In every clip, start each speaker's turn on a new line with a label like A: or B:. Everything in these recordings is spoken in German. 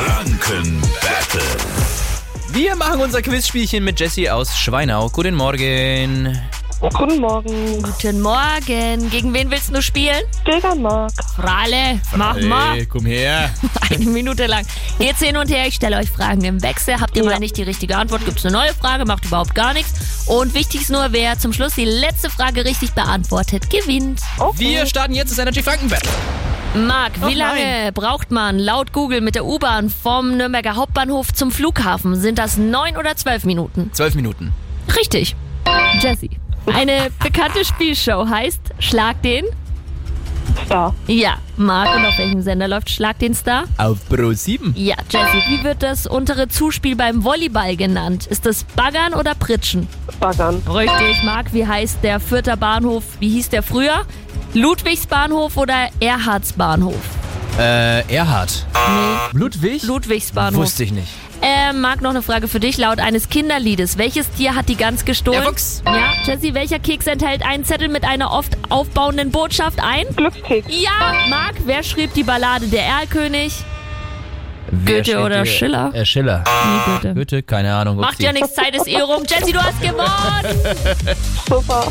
A: Franken Battle.
B: Wir machen unser Quizspielchen mit Jessie aus Schweinau. Guten Morgen.
C: Guten Morgen,
D: Guten Morgen. Gegen wen willst du spielen?
C: Dägermark.
D: Fralle. Mach mal.
B: Hey, komm her.
D: Eine Minute lang. Geht's hin und her. Ich stelle euch Fragen im Wechsel. Habt ihr
C: Ja.
D: mal nicht die richtige Antwort, gibt's eine neue Frage. Macht überhaupt gar nichts. Und wichtig ist nur, wer zum Schluss die letzte Frage richtig beantwortet, gewinnt.
B: Wir starten jetzt das Energy Franken Battle.
D: Marc, wie
B: Oh
D: lange braucht man laut Google mit der U-Bahn vom Nürnberger Hauptbahnhof zum Flughafen? Sind das neun oder zwölf Minuten?
B: Zwölf Minuten.
D: Richtig. Jessie. Eine bekannte Spielshow heißt Schlag den
C: Star.
D: Ja, Marc, und auf welchem Sender läuft Schlag den Star?
B: Auf Pro 7.
D: Ja, Jessie, wie wird das untere Zuspiel beim Volleyball genannt? Ist das Baggern oder Pritschen?
C: Baggern.
D: Richtig. Marc, wie heißt der Fürther Bahnhof, wie hieß der früher? Ludwigsbahnhof oder Erhardsbahnhof?
B: Äh, Erhard.
D: Nee,
B: Ludwig?
D: Ludwigsbahnhof.
B: Ah. Wusste ich nicht.
D: Äh, Marc, noch eine Frage für dich. Laut eines Kinderliedes, welches Tier hat die Gans gestohlen?
B: Der Fuchs.
D: Ja, Jessie, welcher Keks enthält einen Zettel mit einer oft aufbauenden Botschaft ein?
C: Glückskeks.
D: Ja, Marc, wer schrieb die Ballade Der Erlkönig?
B: Wer steht
D: oder
B: hier?
D: Schiller?
B: Äh, Schiller.
D: Nee, bitte.
B: Goethe, keine Ahnung.
D: Macht
B: Upsi.
D: ja nichts, Zeit ist eh rum. Jessie, du hast gewonnen.
C: Super.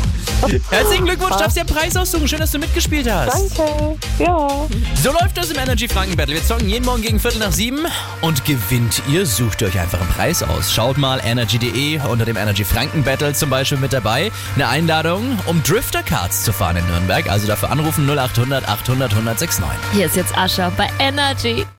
B: Herzlichen Glückwunsch, darfst dir einen Preis aussuchen. Schön, dass du mitgespielt hast.
C: Danke. Ja.
B: So läuft das im Energy Franken Battle. Wir zocken jeden Morgen gegen Viertel nach sieben und gewinnt ihr, sucht euch einfach einen Preis aus. Schaut mal energy.de unter dem Energy Franken Battle zum Beispiel mit dabei. Eine Einladung, um Drifter Cards zu fahren in Nürnberg. Also dafür anrufen 0800 800 1069.
D: Hier ist jetzt Ascha bei Energy.